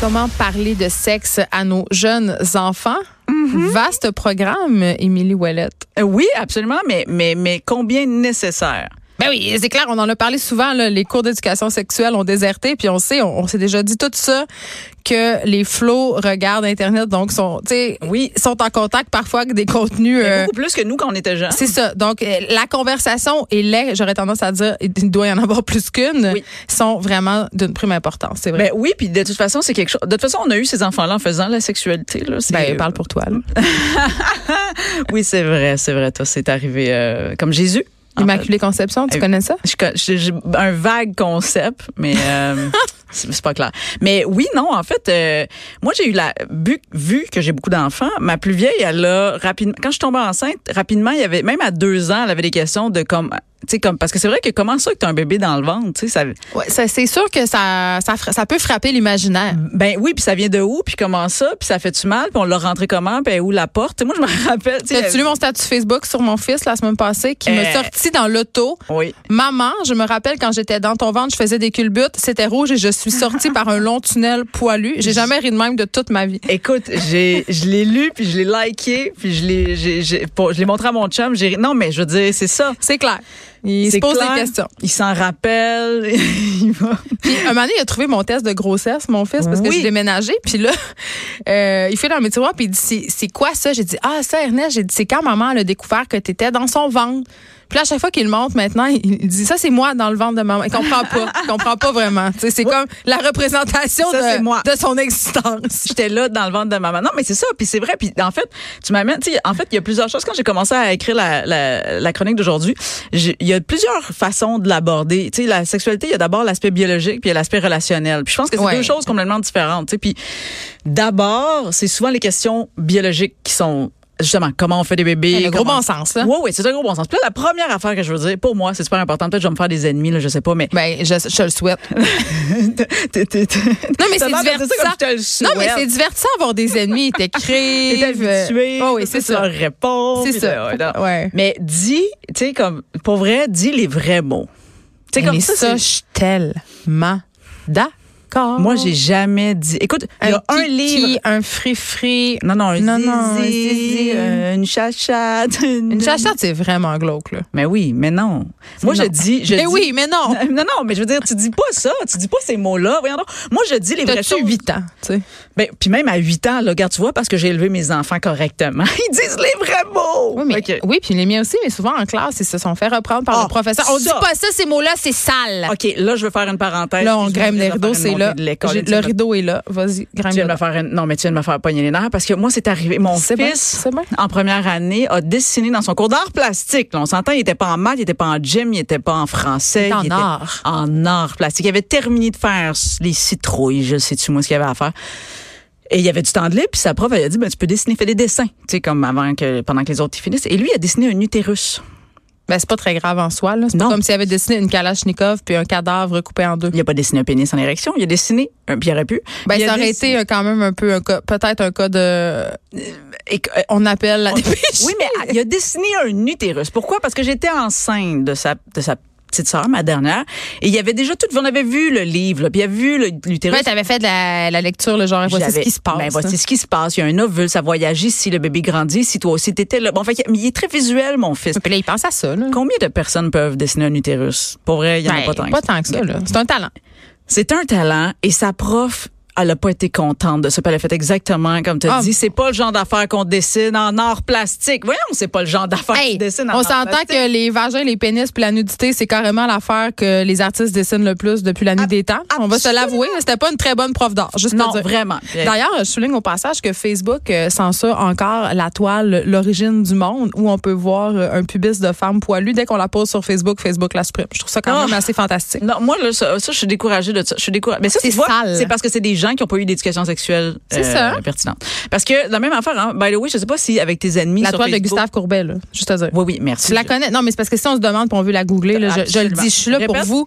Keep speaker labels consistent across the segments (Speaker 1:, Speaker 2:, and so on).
Speaker 1: Comment parler de sexe à nos jeunes enfants?
Speaker 2: Mm-hmm.
Speaker 1: Vaste programme, Émilie Ouellet.
Speaker 2: Euh, Oui, absolument, mais, mais, mais combien nécessaire?
Speaker 1: Ben oui, c'est clair, on en a parlé souvent, là, les cours d'éducation sexuelle ont déserté, puis on sait, on, on s'est déjà dit tout ça, que les flots regardent Internet, donc sont, tu sais,
Speaker 2: Oui.
Speaker 1: sont en contact parfois avec des contenus...
Speaker 2: Mais
Speaker 1: euh,
Speaker 2: beaucoup plus que nous quand on était jeunes.
Speaker 1: C'est ça. Donc, euh, la conversation et les, j'aurais tendance à dire, il doit y en avoir plus qu'une,
Speaker 2: Oui.
Speaker 1: sont vraiment d'une prime importance. C'est vrai.
Speaker 2: Ben oui, puis de toute façon, c'est quelque chose. De toute façon, on a eu ces enfants-là en faisant la sexualité. Là. C'est-
Speaker 1: Ben, parle pour toi. là.
Speaker 2: Oui, c'est vrai, c'est vrai. Toi, c'est arrivé euh, comme Jésus. en fait.
Speaker 1: Immaculée Conception, tu
Speaker 2: Euh,
Speaker 1: connais ça?
Speaker 2: Je co- j'ai- j'ai un vague concept, mais euh, c'est c'est pas clair. Mais oui, non, en fait, euh, moi j'ai eu la bu- vu que j'ai beaucoup d'enfants. Ma plus vieille, elle a rapidement, quand je suis tombée enceinte, rapidement, il y avait même à deux ans, elle avait des questions de comme, tu sais comme, parce que c'est vrai que comment ça que t'as un bébé dans le ventre, tu sais, ça,
Speaker 1: Ouais, ça, c'est sûr que ça, ça, fra- ça peut frapper l'imaginaire.
Speaker 2: ben oui, puis ça vient de où, puis comment ça, puis ça fait tu mal, puis on l'a rentré comment, puis où la porte. Tu sais, Moi je me rappelle, tu sais,
Speaker 1: T'as-tu lu mon statut Facebook sur mon fils la semaine passée qui m'a
Speaker 2: Euh.
Speaker 1: sorti dans l'auto?
Speaker 2: oui.
Speaker 1: Maman, je me rappelle quand j'étais dans ton ventre, je faisais des culbutes, c'était rouge et je suis sortie par un long tunnel poilu. J'ai jamais ri de même de toute ma vie.
Speaker 2: Écoute, j'ai, je l'ai lu, puis je l'ai liké, puis je l'ai, j'ai, j'ai- pour- je l'ai montré à mon chum. J'ai, ri. non, mais je veux dire, c'est ça.
Speaker 1: C'est clair. Il se
Speaker 2: C'est
Speaker 1: pose
Speaker 2: clair.
Speaker 1: des questions.
Speaker 2: Il s'en rappelle. il va-
Speaker 1: Puis, un moment donné, il a trouvé mon test de grossesse, mon fils, parce que
Speaker 2: Oui.
Speaker 1: j'ai déménagé. Puis là, euh, il fait dans mes tiroirs, puis il dit C'est- C'est quoi ça J'ai dit Ah, ça, Ernest, j'ai dit C'est quand maman elle a découvert que t'étais dans son ventre. Puis là, à chaque fois qu'il le montre maintenant, il il dit Ça, c'est moi dans le ventre de maman. Il comprend pas. Il comprend pas vraiment. Tu sais, C'est comme la représentation
Speaker 2: Ça, c'est
Speaker 1: de,
Speaker 2: moi.
Speaker 1: de son existence.
Speaker 2: J'étais là dans le ventre de maman. Non, mais c'est ça. Puis c'est vrai. Puis en fait, tu m'amènes. Tu sais, en fait, il y a plusieurs choses. Quand j'ai commencé à écrire la, la, la chronique d'aujourd'hui, j'ai- il y a plusieurs façons de l'aborder. Tu sais, la sexualité, il y a d'abord l'aspect biologique, puis il y a l'aspect relationnel. Puis je pense que c'est
Speaker 1: Ouais.
Speaker 2: deux choses complètement différentes. Tu sais, puis d'abord, c'est souvent les questions biologiques qui sont justement comment on fait des bébés.
Speaker 1: Le gros
Speaker 2: comment-
Speaker 1: bon sens, là.
Speaker 2: Oui, oui, c'est un gros bon sens. Puis là, la première affaire que je veux dire, pour moi, c'est super important. Peut-être que je vais me faire des ennemis, là, je sais pas, mais
Speaker 1: Ben, je, je le souhaite.
Speaker 2: T'es- t'es- t'es-
Speaker 1: Non, mais
Speaker 2: Ça
Speaker 1: c'est
Speaker 2: m'a fait ça comme
Speaker 1: divertissant.
Speaker 2: je te le
Speaker 1: Non,
Speaker 2: souhaite.
Speaker 1: mais c'est divertissant avoir des ennemis. T'es
Speaker 2: T'es
Speaker 1: créé.
Speaker 2: habitué,
Speaker 1: Oh, oui, c'est
Speaker 2: tu leur
Speaker 1: ça.
Speaker 2: réponds,
Speaker 1: C'est
Speaker 2: puis
Speaker 1: ça.
Speaker 2: là, ouais, non.
Speaker 1: Ouais.
Speaker 2: Mais dis, tu sais, comme, pour vrai, dis les vrais mots. Tu sais,
Speaker 1: Mais
Speaker 2: comme
Speaker 1: ça,
Speaker 2: ça,
Speaker 1: ça
Speaker 2: c'est-
Speaker 1: je suis tellement d'accord.
Speaker 2: Moi, j'ai jamais dit. Écoute, il y a un livre.
Speaker 1: un free-free.
Speaker 2: Non, non, un
Speaker 1: Non, non, un
Speaker 2: zizi,
Speaker 1: zizi.
Speaker 2: euh, une chachate.
Speaker 1: Une chachette, c'est vraiment glauque, là.
Speaker 2: Mais oui, mais non. Moi,
Speaker 1: non.
Speaker 2: je dis. Je
Speaker 1: Eh
Speaker 2: dis-
Speaker 1: oui, mais non.
Speaker 2: Non, non, mais je veux dire, tu dis pas ça, tu dis pas ces mots-là. Voyons donc. Moi, je dis les vrais
Speaker 1: T'as-tu
Speaker 2: choses.
Speaker 1: 8 ans, tu sais?
Speaker 2: Ben, puis même à 8 ans, là, regarde, tu vois, parce que j'ai élevé mes enfants correctement. Ils disent les vrais mots.
Speaker 1: Oui, mais,
Speaker 2: OK.
Speaker 1: oui, puis les miens aussi, mais souvent en classe, ils se sont fait reprendre par
Speaker 2: Ah,
Speaker 1: le professeur. On
Speaker 2: ça.
Speaker 1: dit pas ça, ces mots-là, c'est sale.
Speaker 2: OK, là, je veux faire une parenthèse.
Speaker 1: Ah. Là, on
Speaker 2: Je
Speaker 1: grimpe
Speaker 2: viens
Speaker 1: les
Speaker 2: de
Speaker 1: rideaux,
Speaker 2: faire
Speaker 1: c'est
Speaker 2: une montée
Speaker 1: là.
Speaker 2: de l'école.
Speaker 1: J'ai-
Speaker 2: Tu viens
Speaker 1: Le
Speaker 2: de-
Speaker 1: rideau est là. Vas-y,
Speaker 2: Tu
Speaker 1: grimpe.
Speaker 2: viens de
Speaker 1: dedans.
Speaker 2: me faire une- Non, mais tu viens de me faire pogner les nerfs parce que moi, c'est arrivé. Mon
Speaker 1: C'est bon,
Speaker 2: fils,
Speaker 1: c'est bon.
Speaker 2: en première année, a dessiné dans son cours d'art plastique. là, on s'entend, il était pas en maths, il était pas en gym, il était pas en français.
Speaker 1: Il était en
Speaker 2: était
Speaker 1: art.
Speaker 2: En art plastique. Il avait terminé de faire les citrouilles, je sais-tu moi ce qu'il y avait à faire. Et il y avait du temps de libre, puis sa prof, elle a dit, ben, tu peux dessiner, fais des dessins, tu sais, comme avant que, pendant que les autres y finissent. Et lui, il a dessiné un utérus.
Speaker 1: Ben, c'est pas très grave en soi, là. C'est pas
Speaker 2: Non.
Speaker 1: comme s'il avait dessiné une Kalachnikov puis un cadavre coupé en deux.
Speaker 2: Il a pas dessiné un pénis en érection, il a dessiné, un, puis il aurait pu.
Speaker 1: Ben,
Speaker 2: Il a
Speaker 1: ça aurait
Speaker 2: dessiné-
Speaker 1: été euh, quand même un peu un cas, peut-être un cas de,
Speaker 2: Et que- euh,
Speaker 1: on appelle la
Speaker 2: oui, mais il a dessiné un utérus. Pourquoi? Parce que j'étais enceinte de sa, de sa petite sœur, ma dernière, et il y avait déjà tout, on avait vu le livre, là, puis il a vu le- l'utérus.
Speaker 1: Ouais, t'avais fait de la, la lecture, le genre, Ben, voici ce
Speaker 2: J'avais-
Speaker 1: qui se passe.
Speaker 2: Ben, voici
Speaker 1: là.
Speaker 2: ce qui se passe. Il y a un ovule, ça voyage ici, le bébé grandit, si toi aussi t'étais là. Bon, fait, il est très visuel, mon fils.
Speaker 1: Puis là, il pense à ça, là.
Speaker 2: Combien de personnes peuvent dessiner un utérus? Pour vrai, il y en a
Speaker 1: Ben,
Speaker 2: pas tant. que ça.
Speaker 1: que ça, là. C'est un talent.
Speaker 2: C'est un talent et sa prof, elle a pas été contente de ça. puis Elle a fait exactement comme tu as
Speaker 1: Ah.
Speaker 2: dit. C'est pas le genre d'affaires qu'on dessine en art plastique. Voyons, c'est pas le genre d'affaires qu'on
Speaker 1: Hey,
Speaker 2: dessine en
Speaker 1: on
Speaker 2: art
Speaker 1: s'entend
Speaker 2: plastique.
Speaker 1: que les vagins, les pénis puis la nudité, c'est carrément l'affaire que les artistes dessinent le plus depuis la nuit des temps. On va se
Speaker 2: absolument.
Speaker 1: l'avouer, c'était pas une très bonne prof d'art, juste
Speaker 2: Non,
Speaker 1: pour dire.
Speaker 2: vraiment.
Speaker 1: D'ailleurs, je souligne au passage que Facebook euh, censure encore la toile L'origine du monde où on peut voir euh, un pubis de femme poilue dès qu'on la pose sur Facebook, Facebook la supprime. Je trouve ça quand
Speaker 2: Ah.
Speaker 1: même assez fantastique.
Speaker 2: Non, moi, là, ça, ça, je suis découragée de ça. Je suis découragée. Mais ça,
Speaker 1: C'est
Speaker 2: tu vois,
Speaker 1: sale.
Speaker 2: C'est parce que c'est des gens qui n'ont pas eu d'éducation sexuelle euh,
Speaker 1: C'est ça.
Speaker 2: pertinente. Parce que, la même affaire, hein, by the way, je sais pas si avec tes ennemis.
Speaker 1: La
Speaker 2: sur
Speaker 1: toile de
Speaker 2: Facebook-
Speaker 1: Gustave Courbet, là, juste à dire.
Speaker 2: Oui, oui, merci.
Speaker 1: Tu la connais? Non, mais c'est parce que si on se demande pour on veut la googler, là, je, je le
Speaker 2: Absolument.
Speaker 1: dis, je suis là pour
Speaker 2: Répète.
Speaker 1: vous.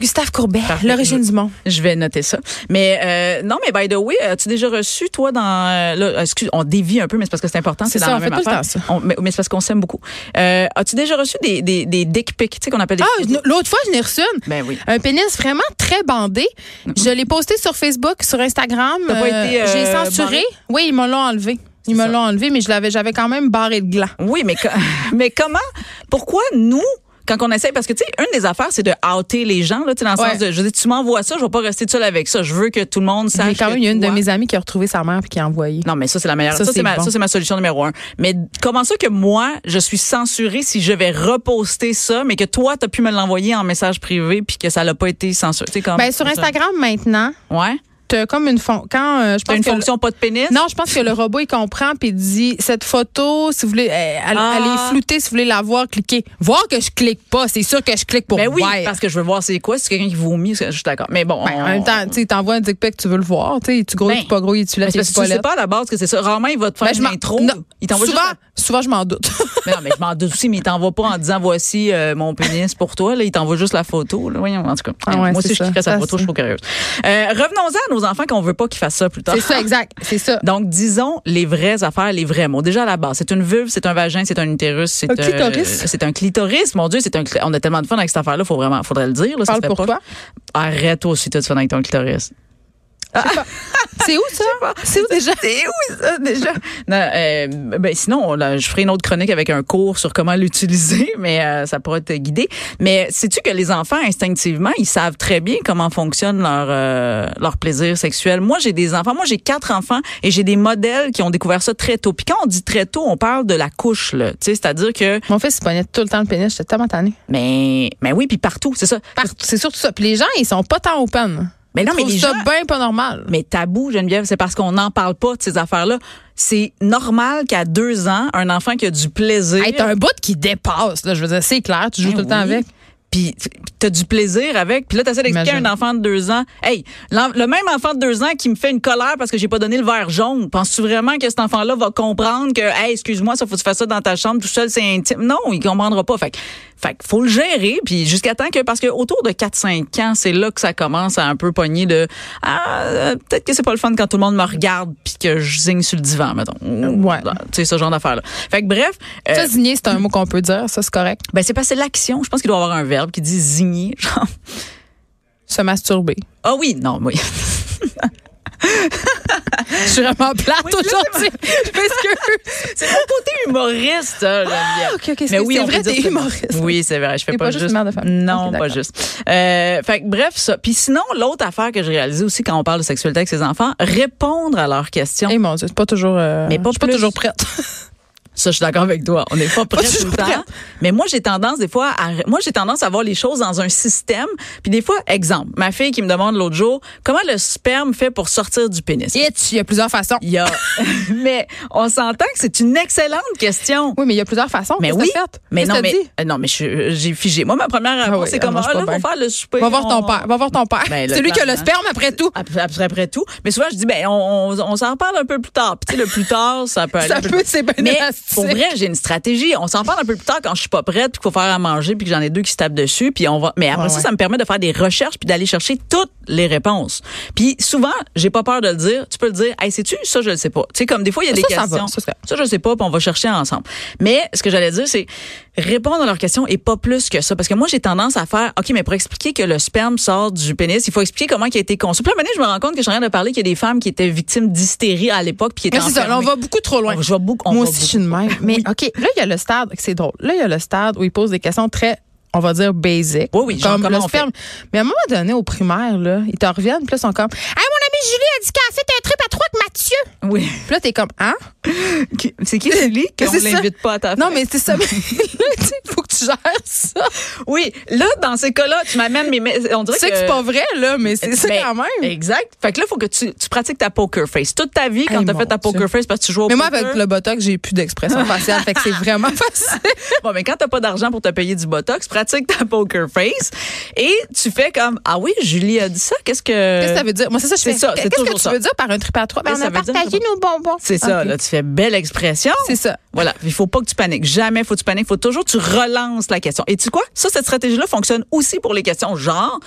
Speaker 1: Gustave Courbet,
Speaker 2: Parfait.
Speaker 1: l'origine du monde.
Speaker 2: Je vais noter ça. Mais euh, non, mais by the way, as-tu déjà reçu, toi, dans... euh, là, excuse, on dévie un peu, mais c'est parce que c'est important.
Speaker 1: C'est
Speaker 2: dans
Speaker 1: ça,
Speaker 2: la
Speaker 1: on
Speaker 2: même
Speaker 1: fait tout le
Speaker 2: affaire.
Speaker 1: temps ça.
Speaker 2: On- mais mais c'est parce qu'on s'aime beaucoup. Euh, as-tu déjà reçu des, des, des dick pics, tu sais, qu'on appelle des...
Speaker 1: Ah, je- l'autre fois, je n'ai reçu une.
Speaker 2: Ben oui.
Speaker 1: Un pénis vraiment très bandé. Je l'ai posté sur Facebook sur Instagram.
Speaker 2: T'as pas été,
Speaker 1: J'ai
Speaker 2: euh,
Speaker 1: censuré.
Speaker 2: barré?
Speaker 1: Oui, ils me l'ont enlevé. Ils
Speaker 2: C'est
Speaker 1: me
Speaker 2: ça.
Speaker 1: l'ont enlevé, mais je l'avais, j'avais quand même barré de gland.
Speaker 2: Oui, mais, co- mais comment, pourquoi nous, quand on essaye, parce que tu sais, une des affaires, c'est de outer les gens, là, tu sais, dans le
Speaker 1: Ouais.
Speaker 2: sens de, je dis, tu m'envoies ça, je vais pas rester seule avec ça, je veux que tout le monde sache.
Speaker 1: J'ai quand
Speaker 2: que
Speaker 1: même il y a une
Speaker 2: toi-
Speaker 1: de mes amies qui a retrouvé sa mère puis qui a envoyé.
Speaker 2: Non, mais ça, c'est la meilleure.
Speaker 1: Ça,
Speaker 2: Ça,
Speaker 1: c'est
Speaker 2: c'est ma,
Speaker 1: bon.
Speaker 2: ça, c'est ma solution numéro un. Mais comment ça que moi, je suis censurée si je vais reposter ça, mais que toi, t'as pu me l'envoyer en message privé puis que ça l'a pas été censuré? Tu sais, comme-
Speaker 1: Ben, sur Instagram maintenant,
Speaker 2: Ouais.
Speaker 1: t'as comme une fon- quand euh, je
Speaker 2: T'as
Speaker 1: pense
Speaker 2: une
Speaker 1: que le-
Speaker 2: fonction pas de pénis?
Speaker 1: Non, je pense que le robot, il comprend puis il dit cette photo, si vous voulez, euh, elle,
Speaker 2: Ah.
Speaker 1: elle est floutée, si vous voulez la voir, cliquez. Voir que je clique pas, c'est sûr que je clique pour
Speaker 2: Ben oui,
Speaker 1: voir.
Speaker 2: parce que je veux voir c'est quoi, si c'est quelqu'un qui vomit, je suis d'accord. Mais bon.
Speaker 1: Ben, en
Speaker 2: on-
Speaker 1: même temps, tu sais, il t'envoie un dick pic, tu veux le voir, tu sais, tu gros,
Speaker 2: Ben,
Speaker 1: tu pas gros, il est-tu là,
Speaker 2: Mais c'est
Speaker 1: il
Speaker 2: parce
Speaker 1: est-tu
Speaker 2: que
Speaker 1: pas
Speaker 2: tu
Speaker 1: là.
Speaker 2: sais pas à la base que c'est ça. Rarement, il va te faire
Speaker 1: Ben, je
Speaker 2: une
Speaker 1: m'en-
Speaker 2: intro.
Speaker 1: Non.
Speaker 2: Il t'envoie
Speaker 1: souvent,
Speaker 2: juste la-
Speaker 1: souvent, je m'en doute.
Speaker 2: Mais non, mais je m'en doute aussi, mais il t'envoie pas en disant voici euh, mon pénis pour toi. Là, il t'envoie juste la photo. Là. Voyons, en tout cas.
Speaker 1: Ah ouais,
Speaker 2: Moi aussi,
Speaker 1: c'est
Speaker 2: je
Speaker 1: ça.
Speaker 2: cliquerais sa
Speaker 1: Ça,
Speaker 2: photo,
Speaker 1: c'est-
Speaker 2: je suis pas curieuse. Euh, Revenons-en à nos enfants qu'on veut pas qu'ils fassent ça plus tard.
Speaker 1: c'est ça, exact. C'est ça.
Speaker 2: Donc, disons les vraies affaires, les vrais mots. Déjà à la base, c'est une vulve, c'est un vagin, c'est un utérus, c'est
Speaker 1: Un clitoris.
Speaker 2: c'est un clitoris. Mon Dieu, c'est un. cli- On a tellement de fun avec cette affaire-là. Faut vraiment, faudrait le dire. Là, ça
Speaker 1: Parle
Speaker 2: se fait
Speaker 1: pour
Speaker 2: pas.
Speaker 1: toi.
Speaker 2: Arrête toi aussi, t'as du fun avec ton clitoris.
Speaker 1: C'est où ça? C'est où déjà?
Speaker 2: C'est où ça déjà? Non, euh, ben, sinon, on l'a- je ferai une autre chronique avec un cours sur comment l'utiliser, mais euh, ça pourra te guider. Mais sais-tu que les enfants, instinctivement, ils savent très bien comment fonctionne leur, euh, leur plaisir sexuel. Moi, j'ai des enfants. Moi, j'ai quatre enfants et j'ai des modèles qui ont découvert ça très tôt. Puis quand on dit très tôt, on parle de la couche, là. Tu sais, c'est-à-dire que,
Speaker 1: Mon fils, il pognait tout le temps le pénis. J'étais tellement tannée.
Speaker 2: mais, mais oui, puis partout, c'est ça.
Speaker 1: Partout. C'est surtout ça. Puis les gens, ils sont pas tant open.
Speaker 2: Mais Ben non,
Speaker 1: Je
Speaker 2: mais
Speaker 1: trouve
Speaker 2: les
Speaker 1: ça
Speaker 2: gens-
Speaker 1: bien pas normal.
Speaker 2: Mais tabou, Geneviève, c'est parce qu'on n'en parle pas de ces affaires-là. C'est normal qu'à deux ans, un enfant qui a du plaisir.
Speaker 1: Hey, t'as un bout qui dépasse. Là, je veux dire, c'est clair, tu joues
Speaker 2: Ben
Speaker 1: tout le temps
Speaker 2: oui.
Speaker 1: avec.
Speaker 2: Puis t- t'as du plaisir avec. Puis là, t'essaies d'expliquer à un
Speaker 1: Imagine.
Speaker 2: enfant de deux ans. Hey, l'en- le même enfant de deux ans qui me fait une colère parce que j'ai pas donné le verre jaune. Penses-tu vraiment que cet enfant-là va comprendre que, hey, excuse-moi, ça faut que tu fasses ça dans ta chambre tout seul, c'est intime. Non, il comprendra pas. Fait que, fait que faut le gérer. Puis jusqu'à temps que, parce que autour de 4-5 ans, c'est là que ça commence à un peu pogner de, ah, euh, peut-être que c'est pas le fun quand tout le monde me regarde puis que je zigne sur le divan, mettons. Ou-
Speaker 1: Ouais.
Speaker 2: Tu sais, ce genre d'affaire-là. Fait que bref. euh,
Speaker 1: Ça, zigner, c'est un mot qu'on peut dire. Ça, c'est correct.
Speaker 2: ben, c'est passé l'action. Je pense qu'il doit y avoir un verbe qui dit zigner. Genre,
Speaker 1: Se masturber.
Speaker 2: ah oui, non, oui.
Speaker 1: Je suis vraiment plate
Speaker 2: Oui, là,
Speaker 1: aujourd'hui. Je m'excuse.
Speaker 2: C'est mon côté humoriste, ça, Geneviève.
Speaker 1: OK, OK.
Speaker 2: Mais
Speaker 1: C'est
Speaker 2: Ah! oui,
Speaker 1: c'est
Speaker 2: on
Speaker 1: vrai,
Speaker 2: peut dire
Speaker 1: t'es
Speaker 2: que-
Speaker 1: humoriste.
Speaker 2: Oui, c'est vrai. Je fais
Speaker 1: T'es
Speaker 2: pas,
Speaker 1: pas juste une mère de famille.
Speaker 2: Non,
Speaker 1: Ok,
Speaker 2: pas
Speaker 1: d'accord.
Speaker 2: juste. Euh, fait que bref, ça. Puis sinon, l'autre affaire que j'ai réalisée aussi quand on parle de sexualité avec ses enfants, répondre à leurs questions.
Speaker 1: Eh mon Dieu, c'est pas toujours. euh,
Speaker 2: Mais pas
Speaker 1: je suis pas
Speaker 2: plus.
Speaker 1: toujours prête.
Speaker 2: Ça, je suis d'accord avec toi. On n'est pas prêts tout
Speaker 1: toujours
Speaker 2: le temps.
Speaker 1: prête.
Speaker 2: Mais moi, j'ai tendance des fois à, moi, j'ai tendance à voir les choses dans un système. Puis des fois, exemple, ma fille qui me demande l'autre jour, comment le sperme fait pour sortir du pénis?
Speaker 1: Itch, il y a plusieurs façons.
Speaker 2: Il y a, mais on s'entend que c'est une excellente question.
Speaker 1: Oui, mais il y a plusieurs façons.
Speaker 2: Mais
Speaker 1: Qu'est-ce que
Speaker 2: oui,
Speaker 1: t'as fait?
Speaker 2: mais
Speaker 1: Qu'est-ce
Speaker 2: non,
Speaker 1: que t'as
Speaker 2: mais
Speaker 1: dit?
Speaker 2: euh, non, mais je suis- euh, j'ai figé. Moi, ma première réponse,
Speaker 1: oui,
Speaker 2: c'est
Speaker 1: elle
Speaker 2: comme
Speaker 1: mange
Speaker 2: ah,
Speaker 1: pas
Speaker 2: là,
Speaker 1: bien.
Speaker 2: faut faire le souper.
Speaker 1: Va voir ton
Speaker 2: on-
Speaker 1: père. Va voir ton père. Ah,
Speaker 2: Ben, le
Speaker 1: c'est lui qui a le
Speaker 2: père, hein.
Speaker 1: sperme après tout.
Speaker 2: Après, après- après tout. Mais souvent, je dis, ben, on, on, on s'en parle un peu plus tard. Puis, tu sais, le plus tard, ça peut aller.
Speaker 1: Ça
Speaker 2: un peu
Speaker 1: peut,
Speaker 2: plus-
Speaker 1: c'est bien
Speaker 2: Mais
Speaker 1: élastique.
Speaker 2: pour vrai, j'ai une stratégie. On s'en parle un peu plus tard quand je suis pas prête, puis qu'il faut faire à manger, puis que j'en ai deux qui se tapent dessus. Puis on va. Mais après
Speaker 1: Ouais,
Speaker 2: ça,
Speaker 1: ouais.
Speaker 2: ça me permet de faire des recherches, puis d'aller chercher toutes les réponses. Puis souvent, j'ai pas peur de le dire. Tu peux le dire, hey, sais-tu, ça, je le sais pas. Tu sais, comme des fois, il y a des
Speaker 1: ça va,
Speaker 2: questions.
Speaker 1: ça, c'est-
Speaker 2: Ça, je sais pas, puis on va chercher ensemble. Mais ce que j'allais dire, c'est répondre à leurs questions et pas plus que ça. Parce que moi, j'ai tendance à faire, OK, mais pour expliquer que le sperme sort du pénis, il faut expliquer comment il a été conçu. Puis là, maintenant, je me rends compte que je suis en train de parler qu'il y a des femmes qui étaient victimes d'hystérie à l'époque, puis qui étaient
Speaker 1: Mais c'est ça, là, on
Speaker 2: enfermées.
Speaker 1: va beaucoup trop loin.
Speaker 2: On- je vais beaucoup- on
Speaker 1: Moi
Speaker 2: va
Speaker 1: aussi, je suis une mère. Mais OK, là, il y a le stade, c'est drôle. Là, il y a le stade où ils posent des questions très, on va dire, basic.
Speaker 2: Oui, oui, genre
Speaker 1: comme
Speaker 2: comment
Speaker 1: le
Speaker 2: on fait?
Speaker 1: sperme. Mais à un moment donné, au primaire, là, ils te reviennent, puis là, ils sont comme, Hey, mon amie Julie a dit qu'elle a fait un trip à trois avec Mathieu.
Speaker 2: Oui.
Speaker 1: Puis là, t'es comme, hein?
Speaker 2: Ah, Qui- C'est qui Julie qu'on
Speaker 1: C'est ça.
Speaker 2: l'invite pas à ta
Speaker 1: Non,
Speaker 2: fête?
Speaker 1: mais c'est ça. Mais là, tu sais, faut que tu gères ça.
Speaker 2: oui, là dans ces cas-là, tu m'amènes mes mais- on dirait
Speaker 1: Tu sais que c'est pas vrai, là, mais c'est ça
Speaker 2: Ben,
Speaker 1: quand même.
Speaker 2: Exact. Fait que là faut que tu, tu pratiques ta poker face toute ta vie quand
Speaker 1: Hey,
Speaker 2: t'as
Speaker 1: mon
Speaker 2: fait ta
Speaker 1: Dieu.
Speaker 2: poker face parce que tu joues au
Speaker 1: Mais moi,
Speaker 2: poker. Euh,
Speaker 1: avec le botox, j'ai plus d'expression faciale, fait que c'est vraiment facile.
Speaker 2: Bon, mais quand t'as pas d'argent pour te payer du botox, pratique ta poker face et tu fais comme ah oui, Julie a dit ça, qu'est-ce que
Speaker 1: Qu'est-ce que ça veut dire? Moi, c'est ça, je
Speaker 2: C'est
Speaker 1: fais.
Speaker 2: ça, c'est
Speaker 1: Qu'est-ce que
Speaker 2: toujours
Speaker 1: tu
Speaker 2: ça.
Speaker 1: veux dire par un trip à trois? Ben,
Speaker 2: Qu'est-ce
Speaker 1: on
Speaker 2: que
Speaker 1: a
Speaker 2: ça veut dire,
Speaker 1: partagé nos bonbons.
Speaker 2: C'est ça,
Speaker 1: OK.
Speaker 2: là, tu fais belle expression.
Speaker 1: C'est ça.
Speaker 2: Voilà, il faut pas que tu paniques. Jamais faut que tu paniques, faut toujours que tu relances la question. Et tu sais quoi Ça cette stratégie-là fonctionne aussi pour les questions genre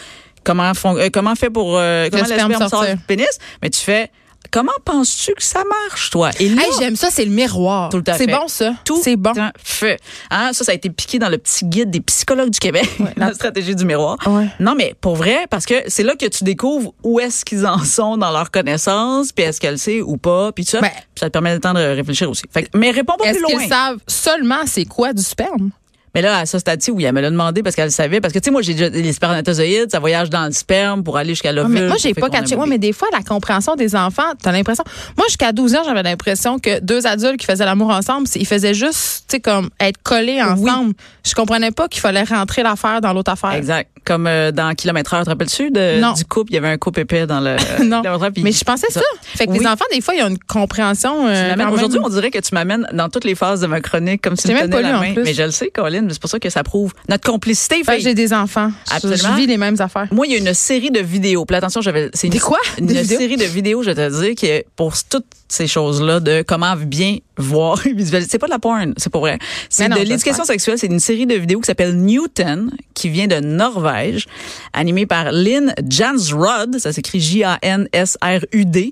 Speaker 2: comment fon- euh, comment fait pour euh, comment le
Speaker 1: sperme
Speaker 2: sperme sort
Speaker 1: sortir.
Speaker 2: du pénis, mais tu fais Comment penses-tu que ça marche, toi? Et là,
Speaker 1: Hey, j'aime ça, c'est le miroir.
Speaker 2: Tout à
Speaker 1: C'est
Speaker 2: fait.
Speaker 1: bon, ça.
Speaker 2: tout
Speaker 1: C'est bon.
Speaker 2: un feu. Hein, ça, ça a été piqué dans le petit guide des psychologues du Québec, la stratégie du miroir.
Speaker 1: Ouais.
Speaker 2: Non, mais pour vrai, parce que c'est là que tu découvres où est-ce qu'ils en sont dans leur connaissance, puis est-ce qu'elle sait ou pas, puis tout ça.
Speaker 1: Ben-
Speaker 2: Puis ça te permet le temps de réfléchir aussi. Fait que- mais réponds pas plus
Speaker 1: Est-ce
Speaker 2: loin.
Speaker 1: qu'ils savent seulement c'est quoi du sperme?
Speaker 2: Mais là, à ce stade-ci, oui, elle me l'a demandé parce qu'elle le savait. Parce que, tu sais, moi, j'ai déjà les spermatozoïdes, ça voyage dans le sperme pour aller jusqu'à
Speaker 1: Ouais,
Speaker 2: l'ovule.
Speaker 1: Ah, mais moi, j'ai
Speaker 2: Fait
Speaker 1: pas
Speaker 2: qu'on a
Speaker 1: catché.
Speaker 2: un
Speaker 1: Ouais,
Speaker 2: bébé.
Speaker 1: mais des fois, la compréhension des enfants, t'as l'impression. Moi, jusqu'à 12 ans, j'avais l'impression que deux adultes qui faisaient l'amour ensemble, c'est- ils faisaient juste, tu sais, comme être collés ensemble. Je comprenais pas qu'il fallait rentrer l'affaire dans l'autre affaire.
Speaker 2: Exact. Comme euh, dans Kilomètre Heure, te rappelles-tu de-
Speaker 1: Non.
Speaker 2: du couple? Il y avait un couple épais dans le.
Speaker 1: Non.
Speaker 2: Kilomètre Heure, puis-
Speaker 1: Mais je pensais ça. Fait que
Speaker 2: Oui.
Speaker 1: les enfants, des fois, ils ont une compréhension. euh,
Speaker 2: Tu m'amènes-
Speaker 1: quand même.
Speaker 2: Aujourd'hui, on dirait que tu m'amènes dans toutes les phases de ma chronique comme si
Speaker 1: Je
Speaker 2: tu
Speaker 1: t'ai
Speaker 2: me
Speaker 1: même
Speaker 2: tenais
Speaker 1: pas
Speaker 2: la
Speaker 1: lu, en
Speaker 2: main.
Speaker 1: plus.
Speaker 2: Mais je le sais, Colin, mais c'est pour ça que ça prouve notre complicité.
Speaker 1: Fait que
Speaker 2: fille.
Speaker 1: j'ai des enfants. Je- Je,
Speaker 2: Absolument.
Speaker 1: vis les mêmes affaires.
Speaker 2: Moi, il y a une série de vidéos. Puis là, attention, j'avais. C'est une,
Speaker 1: Des quoi?
Speaker 2: Une
Speaker 1: Des vidéos?
Speaker 2: série de vidéos, je vais te dire, qui est pour toutes ces choses-là de comment bien voir et visualiser. C'est pas de la porn, c'est pas vrai. C'est
Speaker 1: Mais non,
Speaker 2: de
Speaker 1: je
Speaker 2: l'éducation sexuelle. C'est une série de vidéos qui s'appelle Newton, qui vient de Norvège, animée par Lynn Jansrud. Ça s'écrit J-A-N-S-R-U-D.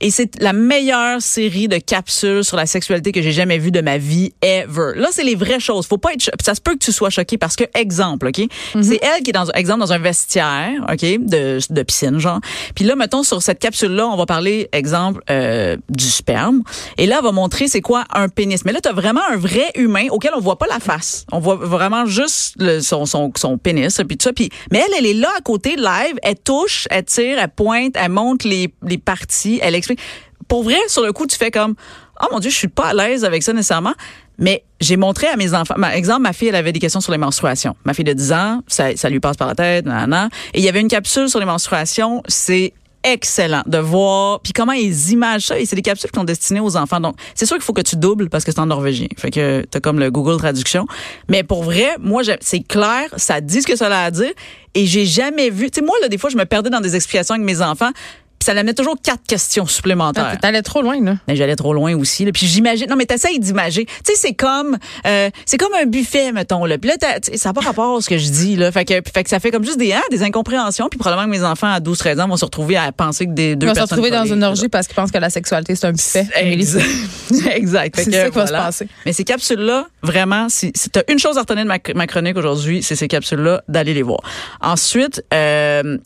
Speaker 2: Et c'est la meilleure série de capsules sur la sexualité que j'ai jamais vue de ma vie ever. Là, c'est les vraies choses. Faut pas être, cho- ça se peut que tu sois choqué parce que, exemple, OK? C'est elle qui est dans, exemple, dans un vestiaire, OK? De, de piscine, genre. Puis là, mettons, sur cette capsule-là, on va parler, exemple, euh, du sperme. Et là, elle va montrer c'est quoi un pénis. Mais là, t'as vraiment un vrai humain auquel on voit pas la face. On voit vraiment juste le- son, son, son pénis, puis tout ça. Puis, mais elle, elle est là à côté, live. Elle touche, elle tire, elle pointe, elle monte les, les parties, elle explique. Pour vrai, sur le coup, tu fais comme, oh mon Dieu, je suis pas à l'aise avec ça nécessairement. Mais j'ai montré à mes enfants, par exemple, ma fille, elle avait des questions sur les menstruations. Ma fille de 10 ans, ça, ça lui passe par la tête, nanana. Et il y avait une capsule sur les menstruations, c'est excellent de voir puis comment ils imagent ça et c'est des capsules qui sont destinées aux enfants donc c'est sûr qu'il faut que tu doubles parce que c'est en norvégien fait que t'as comme le Google traduction mais pour vrai moi j'ai- c'est clair ça dit ce que ça a à dire et j'ai jamais vu tu sais moi là des fois je me perdais dans des explications avec mes enfants puis ça l'amenait toujours quatre questions supplémentaires
Speaker 1: T'allais trop loin, là.
Speaker 2: mais Ben, j'allais trop loin aussi. là. Puis j'imagine. Non, mais t'essayes d'imager. Tu sais, c'est comme, euh, c'est comme un buffet, mettons. Là. Puis là, t'as- tu sais, ça n'a pas rapport à ce que je dis. Là. Fait, que, puis- fait que ça fait comme juste des, hein, des incompréhensions. Puis probablement que mes enfants à 12-13 ans vont se retrouver à penser que des deux
Speaker 1: Ils vont se
Speaker 2: personnes
Speaker 1: retrouver dans
Speaker 2: folles,
Speaker 1: une
Speaker 2: là.
Speaker 1: orgie parce qu'ils pensent que la sexualité, c'est un buffet.
Speaker 2: Exact. exact. Fait
Speaker 1: C'est
Speaker 2: que,
Speaker 1: ça qui va se
Speaker 2: voilà.
Speaker 1: passer.
Speaker 2: Mais ces capsules-là, vraiment, si, si t'as une chose à retenir de ma, ma chronique aujourd'hui, c'est ces capsules-là, d'aller les voir. Ensuite, euh,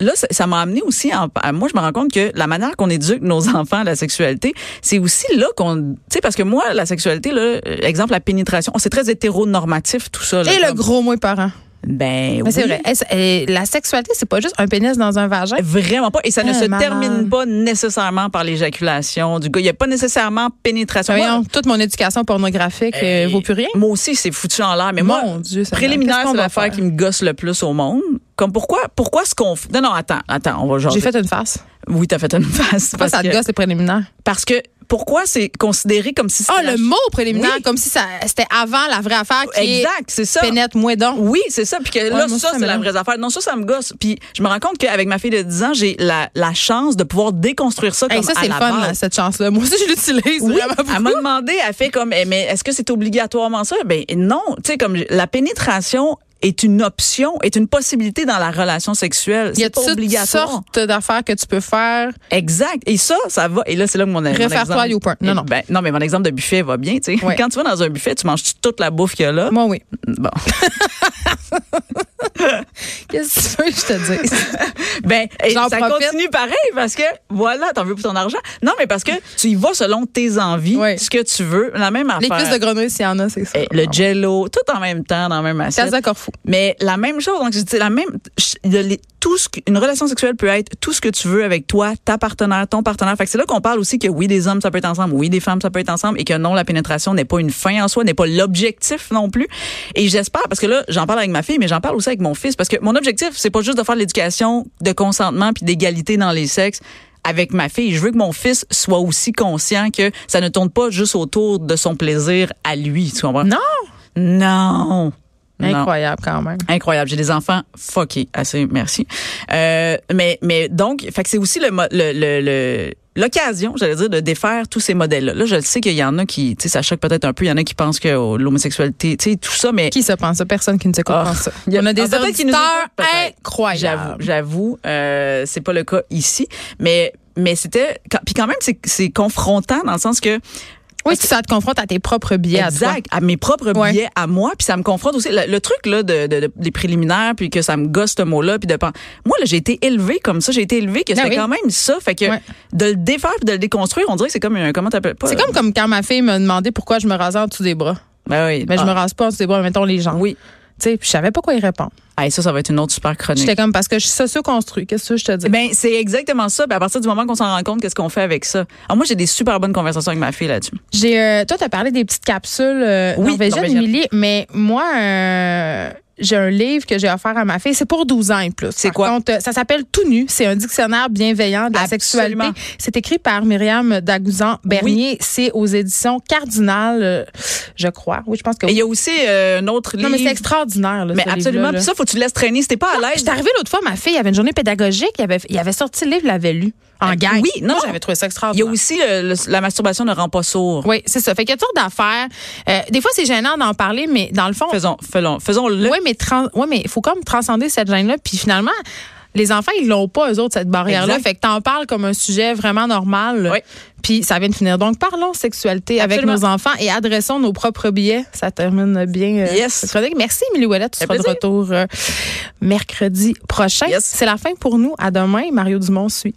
Speaker 2: là, ça- ça m'a amené aussi, en- à- moi, je me rends compte que la manière qu'on éduque nos enfants à la sexualité, c'est aussi là qu'on, tu sais, parce que moi, la sexualité, là, euh, exemple, la pénétration, c'est très hétéronormatif, tout ça. Là,
Speaker 1: Et le
Speaker 2: Comme-
Speaker 1: gros mot est parent.
Speaker 2: Ben
Speaker 1: Mais c'est
Speaker 2: oui.
Speaker 1: vrai. Est-ce- eh, la sexualité, c'est pas juste un pénis dans un vagin.
Speaker 2: Vraiment pas. Et ça ne
Speaker 1: Ah,
Speaker 2: se
Speaker 1: maman.
Speaker 2: termine pas nécessairement par l'éjaculation du gars. Il n'y a pas nécessairement pénétration. Moi,
Speaker 1: Voyons, toute mon éducation pornographique euh,
Speaker 2: Euh,
Speaker 1: vaut plus rien.
Speaker 2: Moi aussi, c'est foutu en l'air. Mais moi,
Speaker 1: Mon Dieu, ça
Speaker 2: préliminaire,
Speaker 1: qu'est-ce qu'on
Speaker 2: c'est
Speaker 1: va
Speaker 2: l'affaire
Speaker 1: faire?
Speaker 2: qui me gosse le plus au monde. Comme pourquoi, pourquoi ce qu'on fait. Non, non, attends, attends, on va genre.
Speaker 1: J'ai fait une face.
Speaker 2: Oui, t'as fait une face.
Speaker 1: Pourquoi
Speaker 2: Parce,
Speaker 1: ça te
Speaker 2: que,
Speaker 1: gosse, c'est préliminaire?
Speaker 2: parce que pourquoi c'est considéré comme si c'était.
Speaker 1: Ah,
Speaker 2: la-
Speaker 1: le mot préliminaire,
Speaker 2: Oui.
Speaker 1: comme si ça c'était avant la vraie affaire qui est
Speaker 2: Exact, c'est ça.
Speaker 1: pénètre moins donc.
Speaker 2: Oui, c'est ça. Puis que
Speaker 1: moi,
Speaker 2: là,
Speaker 1: ça,
Speaker 2: ça,
Speaker 1: ça me
Speaker 2: c'est la
Speaker 1: lève.
Speaker 2: vraie affaire. Non, ça, ça me gosse. Puis je me rends compte qu'avec ma fille de 10 ans, j'ai la, la chance de pouvoir déconstruire ça comme
Speaker 1: Hey, ça,
Speaker 2: à
Speaker 1: c'est le
Speaker 2: la
Speaker 1: fun,
Speaker 2: base.
Speaker 1: là, cette chance-là. Moi aussi, je l'utilise.
Speaker 2: Oui,
Speaker 1: vraiment beaucoup.
Speaker 2: elle m'a demandé, elle fait comme, Eh, mais est-ce que c'est obligatoirement ça? Ben non, tu sais, comme la pénétration est une option, est une possibilité dans la relation sexuelle.
Speaker 1: Il y a
Speaker 2: C'est pas
Speaker 1: toutes
Speaker 2: obligatoire.
Speaker 1: sortes d'affaires que tu peux faire.
Speaker 2: Exact. Et ça, ça va. Et là, c'est là que mon, mon
Speaker 1: Réfère-toi
Speaker 2: exemple-
Speaker 1: à YouPorn. Non, non.
Speaker 2: Ben, non, mais mon exemple de buffet va bien, tu sais.
Speaker 1: Ouais. Mm.
Speaker 2: Quand tu vas dans un buffet, tu manges toute la bouffe qu'il y a là.
Speaker 1: Moi, oui.
Speaker 2: Bon.
Speaker 1: Qu'est-ce que tu veux que je te dise?
Speaker 2: Ben, et
Speaker 1: J'en
Speaker 2: ça
Speaker 1: profite.
Speaker 2: continue pareil parce que, voilà, t'en veux pour ton argent. Non, mais parce que tu y vas selon tes envies,
Speaker 1: Ouais.
Speaker 2: ce que tu veux. La même
Speaker 1: Les
Speaker 2: affaire.
Speaker 1: cuisses de Ah grenouille, s'il y en a, c'est ça.
Speaker 2: Eh, le jello, tout en même temps, dans la même assiette.
Speaker 1: Casa Corfou.
Speaker 2: Mais la même chose, hein, donc c'est la même. ch- il y a les- tout ce que- une relation sexuelle peut être tout ce que tu veux avec toi, ta partenaire, ton partenaire. Fait que c'est là qu'on parle aussi que oui, des hommes ça peut être ensemble, oui, des femmes ça peut être ensemble, et que non, la pénétration n'est pas une fin en soi, n'est pas l'objectif non plus. Et j'espère parce que là, j'en parle avec ma fille, mais j'en parle aussi avec mon fils parce que mon objectif, c'est pas juste de faire de l'éducation de consentement puis d'égalité dans les sexes avec ma fille. Je veux que mon fils soit aussi conscient que ça ne tourne pas juste autour de son plaisir à lui, tu comprends?
Speaker 1: Non!
Speaker 2: Non. Non.
Speaker 1: Incroyable, quand même.
Speaker 2: Incroyable. J'ai des enfants fuckés. Assez, merci. Euh, mais, mais donc, fait que c'est aussi le, mo- le, le, le- l'occasion, j'allais dire, de défaire tous ces modèles-là. Là, je le sais qu'il y en a qui, tu sais, ça choque peut-être un peu. Il y en a qui pensent que oh, l'homosexualité, tu sais, tout ça, mais
Speaker 1: Qui se pense ça? Personne qui ne se
Speaker 2: Ah,
Speaker 1: pense ça.
Speaker 2: il y a-
Speaker 1: On a
Speaker 2: ah,
Speaker 1: des
Speaker 2: peut-être qu'ils nous
Speaker 1: auditeurs
Speaker 2: écoutent, peut-être.
Speaker 1: incroyables.
Speaker 2: j'avoue, j'avoue, euh, c'est pas le cas ici. Mais mais c'était quand- puis quand même c'est- c'est confrontant dans le sens que
Speaker 1: Oui, tu- ça te confronte à tes propres biais à toi.
Speaker 2: Exact, à, mes propres
Speaker 1: Ouais.
Speaker 2: billets à moi, puis ça me confronte aussi le, le truc là de, de- de- des préliminaires puis que ça me gosse ce mot là puis de pen- moi là j'ai été élevée comme ça, j'ai été élevée que
Speaker 1: Ah
Speaker 2: c'était
Speaker 1: oui.
Speaker 2: quand même ça fait que
Speaker 1: Ouais.
Speaker 2: de le défaire puis de le déconstruire, on dirait que c'est comme un comment t'appelles pas
Speaker 1: C'est comme, comme quand ma fille me demandait pourquoi je me rasais en dessous des bras.
Speaker 2: ben oui,
Speaker 1: Mais je
Speaker 2: Ah,
Speaker 1: me rase pas en dessous des bras, mettons les jambes.
Speaker 2: oui.
Speaker 1: Tu sais, puis je savais pas quoi y répondre.
Speaker 2: Ah, et ça ça va être une autre super chronique.
Speaker 1: J'étais comme parce que je suis socio-construit. Qu'est-ce que je te dis?
Speaker 2: Ben c'est exactement ça, puis à partir du moment qu'on s'en rend compte qu'est-ce qu'on fait avec ça. Alors moi j'ai des super bonnes conversations avec ma fille là-dessus.
Speaker 1: J'ai, euh, toi, tu as parlé des petites capsules euh,
Speaker 2: Oui,
Speaker 1: norvégiennes,
Speaker 2: norvégiennes.
Speaker 1: Émilie, mais moi, euh, j'ai un livre que j'ai offert à ma fille. C'est pour 12 ans et plus.
Speaker 2: C'est
Speaker 1: Par
Speaker 2: quoi?
Speaker 1: contre, euh, ça s'appelle Tout nu. C'est un dictionnaire bienveillant de la
Speaker 2: Absolument.
Speaker 1: sexualité. C'est écrit par Myriam Dagouzan-Bernier. C'est aux éditions Cardinal, euh, je crois. Oui, je pense que
Speaker 2: Et il
Speaker 1: oui.
Speaker 2: y a aussi euh, un autre livre
Speaker 1: Non, mais c'est extraordinaire. Là,
Speaker 2: mais
Speaker 1: ce
Speaker 2: absolument,
Speaker 1: livre-là,
Speaker 2: puis
Speaker 1: là.
Speaker 2: ça faut que tu le laisses traîner, si t'es pas à l'aise.
Speaker 1: J'étais arrivée l'autre fois, ma fille avait une journée pédagogique. Il avait, il avait sorti le livre, il l'avait lu en gang.
Speaker 2: Ah, oui, non.
Speaker 1: Moi, j'avais trouvé ça
Speaker 2: Il y
Speaker 1: extraordinaire.
Speaker 2: a aussi euh, le- la masturbation ne rend pas sourd.
Speaker 1: Oui, c'est ça. Fait qu'il y a toutes sortes d'affaires. Euh, des fois, c'est gênant d'en parler, mais dans le fond,
Speaker 2: Faisons, faisons, faisons-le.
Speaker 1: Oui, mais trans- ouais, mais il faut comme transcender cette gêne-là. Puis finalement, les enfants, ils l'ont pas, eux autres, cette barrière-là.
Speaker 2: Exact.
Speaker 1: Fait que t'en parles comme un sujet vraiment normal.
Speaker 2: Oui.
Speaker 1: Puis ça vient de finir. Donc, parlons sexualité
Speaker 2: Absolument.
Speaker 1: avec nos enfants et adressons nos propres biais. Ça termine bien. euh,
Speaker 2: Yes.
Speaker 1: cette chronique. Merci, Émilie Ouellet. Tu
Speaker 2: Fait
Speaker 1: seras de
Speaker 2: plaisir.
Speaker 1: retour euh, mercredi prochain.
Speaker 2: Yes.
Speaker 1: C'est la fin pour nous. À demain. Mario Dumont suit.